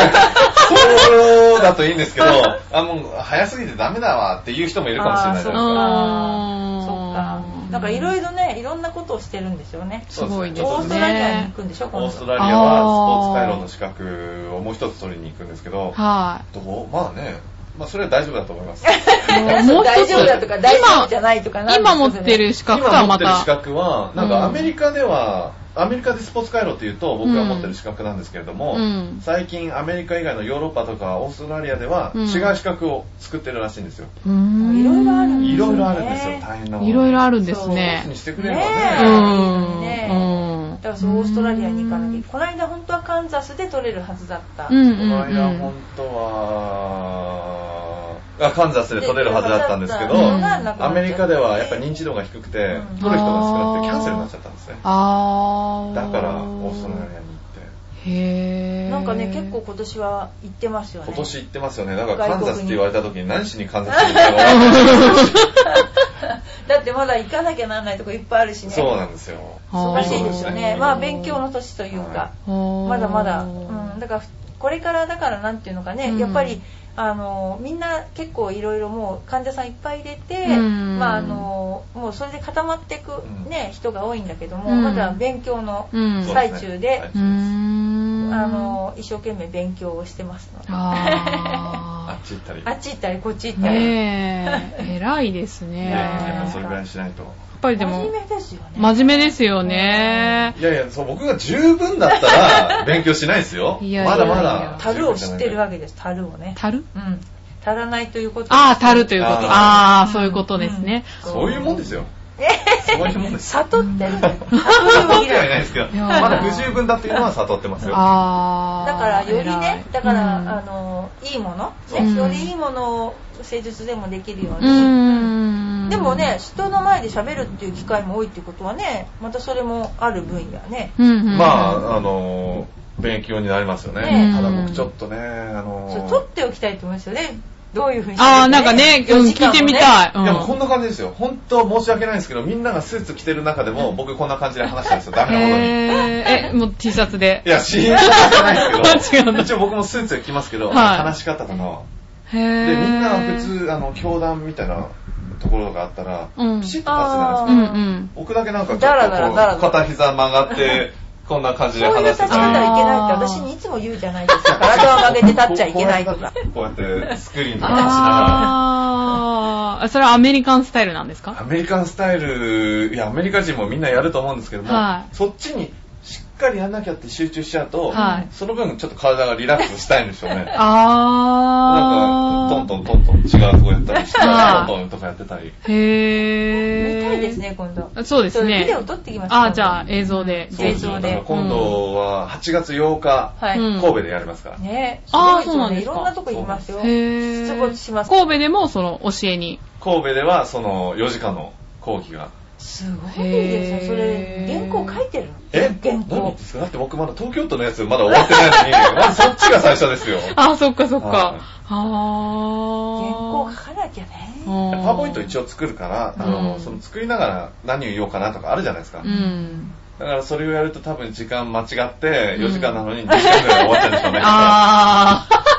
[SPEAKER 3] そうだといいんですけど、あ、もう、早すぎてダメだわっていう人もいるかもしれないじ
[SPEAKER 1] あー
[SPEAKER 3] ゃ
[SPEAKER 1] そう
[SPEAKER 3] な
[SPEAKER 1] そっか
[SPEAKER 2] うん
[SPEAKER 1] だからいろいろねいろんなことをしてるんですよね
[SPEAKER 3] いです
[SPEAKER 2] そ
[SPEAKER 3] か。
[SPEAKER 2] っかすごい
[SPEAKER 1] オ
[SPEAKER 2] ね
[SPEAKER 3] そう
[SPEAKER 1] ー
[SPEAKER 3] で
[SPEAKER 1] ス
[SPEAKER 3] す
[SPEAKER 1] ト
[SPEAKER 3] ね
[SPEAKER 1] ラリアに行くんでしょ
[SPEAKER 3] オーストラリアはスポーツ回路の資格をもう一つ取りに行くんですけど、
[SPEAKER 2] は
[SPEAKER 3] どうまあね、まあそれは大丈夫だと思います。
[SPEAKER 2] い。
[SPEAKER 1] もう大丈夫だとか大丈夫じゃないとかなんです
[SPEAKER 2] 今
[SPEAKER 1] か
[SPEAKER 2] 持ってる資格とは
[SPEAKER 3] 今持っ
[SPEAKER 2] ま
[SPEAKER 3] てる資
[SPEAKER 2] た。
[SPEAKER 3] 格は、なんかアメリカでは、アメリカでスポーツ回路っていうと僕が持ってる資格なんですけれども、
[SPEAKER 2] うん
[SPEAKER 3] 最近アメリカ以外のヨーロッパとかオーストラリアでは
[SPEAKER 2] うん
[SPEAKER 3] 違う資格を作ってるらしいんですよ。
[SPEAKER 2] うーん
[SPEAKER 1] いろいろあるんです
[SPEAKER 3] い
[SPEAKER 1] よ
[SPEAKER 3] ろいろあるんですよ、大変なもの。
[SPEAKER 2] いろいろあ
[SPEAKER 3] る。
[SPEAKER 2] るんですね。
[SPEAKER 3] にしてくれればね。
[SPEAKER 2] う
[SPEAKER 1] そ
[SPEAKER 2] ん。
[SPEAKER 1] ね
[SPEAKER 2] うん
[SPEAKER 1] だからそうオーストラリアに行かなきゃいけないこの間本当はカンザスで取れるはずだった、
[SPEAKER 2] うん
[SPEAKER 3] この間本当は、あカンザスで取れるはずだったんですけど、
[SPEAKER 2] で
[SPEAKER 3] アメリカではやっぱ認知度が低くて、
[SPEAKER 1] うん
[SPEAKER 3] 取る人が少なくてキャンセルになっちゃったんですね。
[SPEAKER 2] あー。
[SPEAKER 3] だからオーストラリアに行って。
[SPEAKER 2] へー。
[SPEAKER 1] なんかね結構今年は行ってますよね
[SPEAKER 3] 今年行ってますよね。だから
[SPEAKER 1] 外国に
[SPEAKER 3] カンザスって言われた時に何しに カンザスに行ったの か分かんない
[SPEAKER 1] だってまだ行かなきゃなんないとこいっぱいあるしね
[SPEAKER 3] そうなんですよ。
[SPEAKER 2] あー
[SPEAKER 1] 忙しいですよね
[SPEAKER 3] うん
[SPEAKER 1] まあ勉強の年というか
[SPEAKER 3] は、
[SPEAKER 2] ま
[SPEAKER 1] まだまだ、うん、だからこれからだからなんていうのかね、
[SPEAKER 2] うん
[SPEAKER 1] やっぱりあのみんな結構いろいろもう患者さんいっぱい入れて、
[SPEAKER 2] うん
[SPEAKER 1] まああのもうそれで固まっていく
[SPEAKER 3] うん
[SPEAKER 1] ね、人が多いんだけども、
[SPEAKER 2] うん
[SPEAKER 1] まだ勉強の
[SPEAKER 2] うん
[SPEAKER 3] そう
[SPEAKER 1] 最中で
[SPEAKER 3] はい、
[SPEAKER 2] うーん。
[SPEAKER 1] あの一生懸命勉強をしてますのであ
[SPEAKER 2] あ
[SPEAKER 3] あっち行ったり。
[SPEAKER 1] っち行ったりこっち行
[SPEAKER 2] ー。
[SPEAKER 1] ったり、
[SPEAKER 2] ねえ。偉いですね。
[SPEAKER 3] ねやっぱそ
[SPEAKER 2] や
[SPEAKER 3] れぐらいしないと。
[SPEAKER 2] っぱりで
[SPEAKER 1] 真
[SPEAKER 2] も、
[SPEAKER 1] 面目ですよね
[SPEAKER 2] 真面目ですよね。
[SPEAKER 3] いやいや、そう、僕が十分だった ら勉強しないですよ。
[SPEAKER 2] いやいや
[SPEAKER 3] まだまだ。
[SPEAKER 1] 樽を知ってるわ
[SPEAKER 3] け。
[SPEAKER 1] けです樽をね
[SPEAKER 2] 樽
[SPEAKER 1] うん足らないということ
[SPEAKER 2] ああ、樽ということ。
[SPEAKER 3] あ
[SPEAKER 2] ああー、そういうことですね。
[SPEAKER 3] そういうもんですよ。そういうもんですよ。
[SPEAKER 1] 悟 ってる。悟
[SPEAKER 3] 悟っ
[SPEAKER 1] り
[SPEAKER 3] てはい
[SPEAKER 1] が
[SPEAKER 3] ないですけど、
[SPEAKER 2] いやー
[SPEAKER 3] まだ不十分だっていうのは悟ってますよ。
[SPEAKER 2] あ
[SPEAKER 1] だからよりね、だから、あの、
[SPEAKER 2] の、
[SPEAKER 1] いいもの、
[SPEAKER 3] う
[SPEAKER 1] ね、
[SPEAKER 3] ん
[SPEAKER 1] よりいいものを施術でもできるよう
[SPEAKER 2] う
[SPEAKER 1] に。
[SPEAKER 2] ん。
[SPEAKER 1] でもね、人の前で喋るっていう機会も多いってことはね、またそれもある分野ね。
[SPEAKER 2] うん、うん。
[SPEAKER 3] まあ、あのー、勉強になりますよね。
[SPEAKER 1] ねえ
[SPEAKER 3] ただ僕ちょっとね、あの
[SPEAKER 1] それ
[SPEAKER 3] ー、
[SPEAKER 1] 取っておきたいと思いますよね。どういうふうに喋る
[SPEAKER 2] あー、なんかね、うん聞いてみたい。
[SPEAKER 3] いやもうこん
[SPEAKER 2] う
[SPEAKER 3] な感じですよ。本当申し訳ないんですけど、みんながスーツ着てる中でも、僕こんな感じで話したんですよ。ダ
[SPEAKER 2] ん。
[SPEAKER 3] メなことに。
[SPEAKER 2] えー、え、もう T シャツで
[SPEAKER 3] い。や、新宿じゃないで すけ
[SPEAKER 2] 違うん
[SPEAKER 3] ど、
[SPEAKER 2] だ
[SPEAKER 3] 一応僕もスーツ着ますけど、
[SPEAKER 2] はい
[SPEAKER 3] 話し方とかは。
[SPEAKER 2] へぇ
[SPEAKER 3] で、みんな普。通、あの、教団みたいなところがあったら、
[SPEAKER 2] うん
[SPEAKER 3] ピシッと出すじゃないです
[SPEAKER 2] う
[SPEAKER 3] か。
[SPEAKER 2] んうん。
[SPEAKER 3] 僕だけなんかちょっと
[SPEAKER 1] だらだらだら
[SPEAKER 3] こう、片膝曲が って、こんな感じで
[SPEAKER 1] そういう
[SPEAKER 3] 話し
[SPEAKER 1] 立
[SPEAKER 3] て
[SPEAKER 1] ち
[SPEAKER 3] た
[SPEAKER 1] ではいけ
[SPEAKER 3] り。
[SPEAKER 1] ないって私にいつも言うじゃないですか。体を曲げて立っちゃいけないとか。
[SPEAKER 3] こうやってスクリーンとかしなが
[SPEAKER 2] あー、それはアメリカンスタイルなんです
[SPEAKER 3] ら、ア
[SPEAKER 2] か
[SPEAKER 3] メリカンスタイル、いや、アメリカ人もみんなやると思うんですけども
[SPEAKER 2] は、
[SPEAKER 3] そっちにしっかりやんなきゃって集中しちゃうと
[SPEAKER 2] はい、
[SPEAKER 3] その分ちょっと体がリラックスしたいんでしょうね。 な
[SPEAKER 2] あ
[SPEAKER 3] ん
[SPEAKER 2] ー。
[SPEAKER 3] か、トントントントン違うとこやったりして、
[SPEAKER 2] あー
[SPEAKER 3] トントンとかやってたり。
[SPEAKER 2] へ
[SPEAKER 1] 見
[SPEAKER 2] ぇー。
[SPEAKER 1] たいですね、今度。
[SPEAKER 2] そうです
[SPEAKER 1] それ
[SPEAKER 2] ね。
[SPEAKER 1] ビデオ撮ってきました。
[SPEAKER 2] あー、じゃあ映像で。
[SPEAKER 3] そうです
[SPEAKER 1] 映像
[SPEAKER 3] ね。だ
[SPEAKER 1] で
[SPEAKER 3] から今度は8月8日、
[SPEAKER 1] はい。
[SPEAKER 2] うん
[SPEAKER 3] 神戸でやりますから。
[SPEAKER 1] ね
[SPEAKER 2] あー
[SPEAKER 1] すごい
[SPEAKER 2] そうなんです
[SPEAKER 1] よねい
[SPEAKER 2] か
[SPEAKER 1] ろんなとこ行きますよ。
[SPEAKER 2] へ
[SPEAKER 1] 出没します
[SPEAKER 2] 神戸でもその教えに。
[SPEAKER 3] 神戸ではその4時間の講義が。
[SPEAKER 1] すごいですよ。それ、
[SPEAKER 2] へー
[SPEAKER 1] 原稿書いてるの
[SPEAKER 3] え
[SPEAKER 1] 原
[SPEAKER 3] 何
[SPEAKER 1] 稿
[SPEAKER 3] 言ですかだって僕まだ東京都のやつまだ終わってないのに、まずそっちが最初ですよ。
[SPEAKER 2] あー、そっかそっか
[SPEAKER 3] はい。
[SPEAKER 1] 原
[SPEAKER 2] あ
[SPEAKER 1] 稿
[SPEAKER 2] ー。
[SPEAKER 1] 書かなきゃね。
[SPEAKER 3] パワーポイント
[SPEAKER 2] 応
[SPEAKER 3] 一応作るから、あの、
[SPEAKER 2] うん
[SPEAKER 3] その作りながら何を言おうかなとかあるじゃないですか。
[SPEAKER 2] うん。
[SPEAKER 3] だからそれをやると多分時間間違って、4時間なのに2時間ぐらい終わっちゃうんでしょうね。
[SPEAKER 2] あー。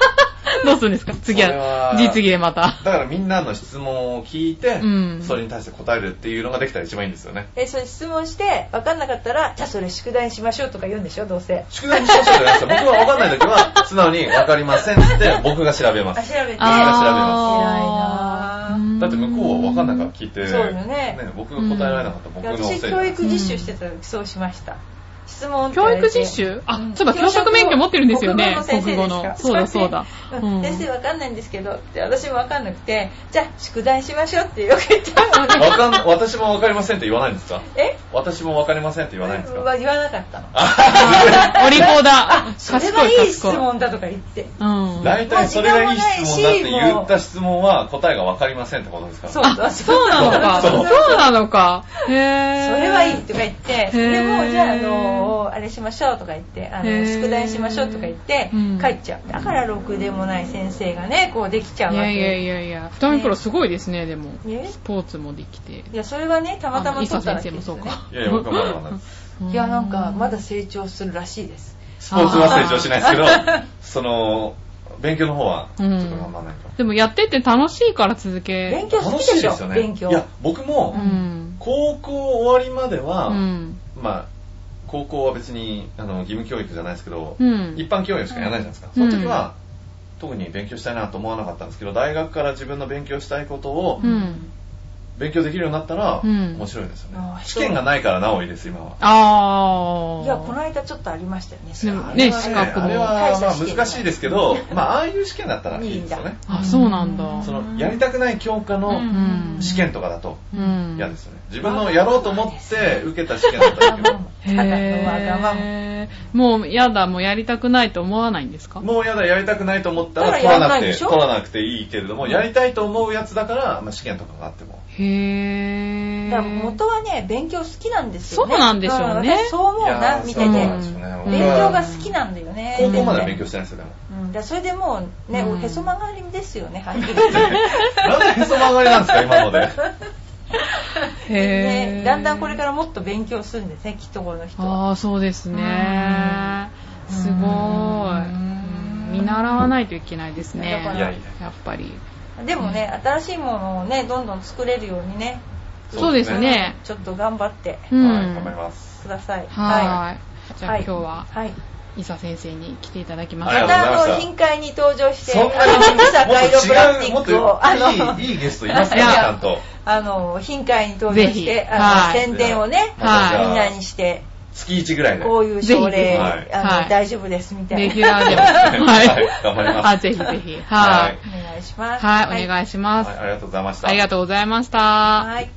[SPEAKER 2] どうするんですか次
[SPEAKER 3] それ
[SPEAKER 2] は
[SPEAKER 3] は。
[SPEAKER 2] 次次でまた。
[SPEAKER 3] だからみんなの質問を聞いて、
[SPEAKER 2] うん
[SPEAKER 3] それに対して答えるっていうのができたら一番いいんですよね。
[SPEAKER 1] え、それ質問して、分かんなかったら、じゃあそれ宿題にしましょうとか言うんでしょ、どうせ。
[SPEAKER 3] 宿題にしましょうじゃないですか。僕は分かんない時は、素直に分かりませんって僕が調べま
[SPEAKER 1] あ、
[SPEAKER 3] す。
[SPEAKER 1] 調べて。
[SPEAKER 2] あー
[SPEAKER 1] 偉いな
[SPEAKER 2] うん
[SPEAKER 3] だって向こうは分かんなかったら聞いて、
[SPEAKER 1] そうよね
[SPEAKER 3] 僕が答えられなかったら僕のせい
[SPEAKER 1] 私、
[SPEAKER 3] じゃ
[SPEAKER 1] 教
[SPEAKER 3] ないですか
[SPEAKER 1] 育実習してた時そうしました。質問って言わ
[SPEAKER 2] 教
[SPEAKER 1] れて
[SPEAKER 2] 育実習あ
[SPEAKER 1] ん、
[SPEAKER 2] そういえば教職免許持ってるんですよね。国
[SPEAKER 1] 国
[SPEAKER 2] 語
[SPEAKER 1] 語
[SPEAKER 2] の
[SPEAKER 1] の先生ですか
[SPEAKER 2] そうだそうだ。
[SPEAKER 1] うん先生わかんないんですけど、って私もわかんなくて、じゃあ宿題しましょうってよく 言ってたので、
[SPEAKER 3] わかん私も分かりませんって言わないんですか
[SPEAKER 1] え
[SPEAKER 3] 私も分かりませんって言わないんです
[SPEAKER 1] う
[SPEAKER 3] か
[SPEAKER 1] わ言わなかったの。
[SPEAKER 2] お利口だ。
[SPEAKER 1] それはいい質問だとか言って。
[SPEAKER 2] うん。
[SPEAKER 3] 大体それがいい質問だって言った質問は答えが分かりませんってことですから。
[SPEAKER 1] そう
[SPEAKER 2] あ、そうなのか。
[SPEAKER 3] そう
[SPEAKER 2] そうなのか。
[SPEAKER 1] そ
[SPEAKER 2] へぇー。
[SPEAKER 1] れはいいとか言って、
[SPEAKER 2] へー
[SPEAKER 1] でもじゃあ、あの、あれしましょうとか言って、あ
[SPEAKER 2] へ
[SPEAKER 1] の、
[SPEAKER 2] ー
[SPEAKER 1] 宿題しましょうとか言って
[SPEAKER 2] うん、
[SPEAKER 1] 帰っちゃう。だから、ろくでもない先生がね、こうできちゃう
[SPEAKER 2] い
[SPEAKER 1] わ
[SPEAKER 2] や
[SPEAKER 1] け。
[SPEAKER 2] いやいやいや。二人プロすごいですね、でも。
[SPEAKER 1] ね
[SPEAKER 2] スポーツもできて。
[SPEAKER 1] いや、それはね、たまた
[SPEAKER 2] あの
[SPEAKER 1] ま
[SPEAKER 2] 伊
[SPEAKER 1] 取
[SPEAKER 2] 佐
[SPEAKER 1] った
[SPEAKER 2] 先
[SPEAKER 1] だけ
[SPEAKER 2] 生も
[SPEAKER 1] ですね。
[SPEAKER 2] そうか。
[SPEAKER 3] いやいや、僕はまだ分かんないです。
[SPEAKER 1] いや、なんか、まだ成長するらしいです。
[SPEAKER 3] スポーツは成長しないです けど、その、勉強の方は、ちょっと頑張らないと。
[SPEAKER 2] でもやってて楽しいから続け
[SPEAKER 1] 勉。強好
[SPEAKER 3] 楽
[SPEAKER 1] き
[SPEAKER 3] し
[SPEAKER 1] で
[SPEAKER 3] い
[SPEAKER 1] し
[SPEAKER 3] で
[SPEAKER 1] ょ
[SPEAKER 3] すよ、ね。
[SPEAKER 1] 勉強。
[SPEAKER 3] いや、僕も
[SPEAKER 2] う、ん。
[SPEAKER 3] 高校終わりまでは、
[SPEAKER 2] うん。
[SPEAKER 3] まあ、高校は別にあの義務教育じゃないですけど、
[SPEAKER 2] うん
[SPEAKER 3] 一般教育しかやらないじゃないですか。
[SPEAKER 2] うん
[SPEAKER 3] その時は、特に勉強したいなと思わなかったんですけど、大学から自分の勉強したいことを
[SPEAKER 2] うん。
[SPEAKER 3] 勉強できるようになったら、
[SPEAKER 2] うん
[SPEAKER 3] 面白いですよ
[SPEAKER 1] あ
[SPEAKER 3] ね。
[SPEAKER 1] あ
[SPEAKER 3] 試験がないからなおいいです、今は。
[SPEAKER 2] あー。
[SPEAKER 1] いや、この間ちょっとありましたよね。
[SPEAKER 2] でも
[SPEAKER 1] あれ
[SPEAKER 2] ね
[SPEAKER 1] は
[SPEAKER 2] 資格も
[SPEAKER 3] あれは、まあ、難しいですけ。ど
[SPEAKER 1] 大した試験、
[SPEAKER 3] まあ、ああいう試験だったらいいですよ
[SPEAKER 1] いい
[SPEAKER 3] ね。
[SPEAKER 2] あ、そうなんだ。
[SPEAKER 3] その、やりたくない教科の
[SPEAKER 2] ん
[SPEAKER 3] 試験とかだと
[SPEAKER 2] うん。
[SPEAKER 3] 嫌ですよね。自分のやろうと思って受けた試験だったらいいけど、
[SPEAKER 1] ただのわがまま。
[SPEAKER 2] へーもうやだ、もうやりたくないと思わないんですか
[SPEAKER 3] もうやだ、やりたくないと思ったら
[SPEAKER 1] だ
[SPEAKER 3] 取
[SPEAKER 1] からや
[SPEAKER 3] ら
[SPEAKER 1] ら
[SPEAKER 3] な
[SPEAKER 1] ない
[SPEAKER 3] く
[SPEAKER 1] で
[SPEAKER 3] て、
[SPEAKER 1] しょ
[SPEAKER 3] 取らなくていいけれども、やりたいと思うやつだから、まあ、試験とかがあっても。
[SPEAKER 2] へぇー。
[SPEAKER 1] だから元はね、勉強好きなんですよね。
[SPEAKER 2] そうなんでしょうね
[SPEAKER 1] ん私そう思うな、
[SPEAKER 3] い
[SPEAKER 1] 見
[SPEAKER 3] やー
[SPEAKER 1] て
[SPEAKER 3] そう
[SPEAKER 1] て。
[SPEAKER 3] な
[SPEAKER 1] 勉
[SPEAKER 3] んですよね
[SPEAKER 2] うん
[SPEAKER 3] 僕は
[SPEAKER 1] 強が好きなんだよね。
[SPEAKER 3] 高校まで
[SPEAKER 1] 全
[SPEAKER 3] は勉強
[SPEAKER 1] 然
[SPEAKER 3] してないですよ、でも。
[SPEAKER 1] うん、だからそれでもうね、
[SPEAKER 2] うん
[SPEAKER 1] おへそ曲がりですよね、はい。
[SPEAKER 3] なんでへそ曲がりな んですか、今ので。
[SPEAKER 2] へ
[SPEAKER 1] ね、だんだんこれからもっと勉強するんですね、きっとこの人は。
[SPEAKER 2] ああ、そうですね。
[SPEAKER 1] うん
[SPEAKER 2] すごい。
[SPEAKER 1] うん
[SPEAKER 2] 見習わないといけないですね。
[SPEAKER 1] だから
[SPEAKER 3] いやいや
[SPEAKER 2] やっぱり。
[SPEAKER 1] でもね、新しいものをね、どんどん作れるようにね、
[SPEAKER 2] そうですね。
[SPEAKER 1] ちょっと頑張って
[SPEAKER 2] うん。
[SPEAKER 3] はい、頑張ります。
[SPEAKER 1] ください。
[SPEAKER 2] はーい。
[SPEAKER 1] い
[SPEAKER 2] じゃあ今日は、
[SPEAKER 1] はい。
[SPEAKER 2] 伊佐先生に来ていただきま
[SPEAKER 1] ま
[SPEAKER 2] した。
[SPEAKER 3] ありがとうござい
[SPEAKER 1] た、
[SPEAKER 3] ました
[SPEAKER 1] あの、品会に登場して、
[SPEAKER 3] そんなに、
[SPEAKER 1] あの、ミサカイロプラク
[SPEAKER 3] も
[SPEAKER 1] ティッ
[SPEAKER 3] っと
[SPEAKER 1] ク
[SPEAKER 3] 違う、もっ
[SPEAKER 1] を、あ
[SPEAKER 3] と
[SPEAKER 1] の、
[SPEAKER 3] いい、いいゲストいますか
[SPEAKER 2] い
[SPEAKER 3] ら、
[SPEAKER 2] や
[SPEAKER 3] ちゃんと。
[SPEAKER 1] あの、品会に登場し
[SPEAKER 2] ぜひ
[SPEAKER 1] て、あ
[SPEAKER 2] は
[SPEAKER 1] の、
[SPEAKER 2] い
[SPEAKER 1] 宣伝をね、みん
[SPEAKER 2] はい
[SPEAKER 1] なにして、
[SPEAKER 3] 月1ぐらいで。
[SPEAKER 1] こういう症
[SPEAKER 2] ぜひぜ
[SPEAKER 1] 例、
[SPEAKER 2] ひ
[SPEAKER 1] あ
[SPEAKER 2] はい
[SPEAKER 1] の、大丈夫ですみたい
[SPEAKER 2] レ
[SPEAKER 1] な。
[SPEAKER 2] ギュラ ーでも。
[SPEAKER 3] はい頑張ります
[SPEAKER 2] あ、ぜひぜひ。はい。
[SPEAKER 1] お願いします。
[SPEAKER 2] はい、お願いします
[SPEAKER 3] はい。ありがとうございました。
[SPEAKER 2] ありがとうございました。
[SPEAKER 1] はい。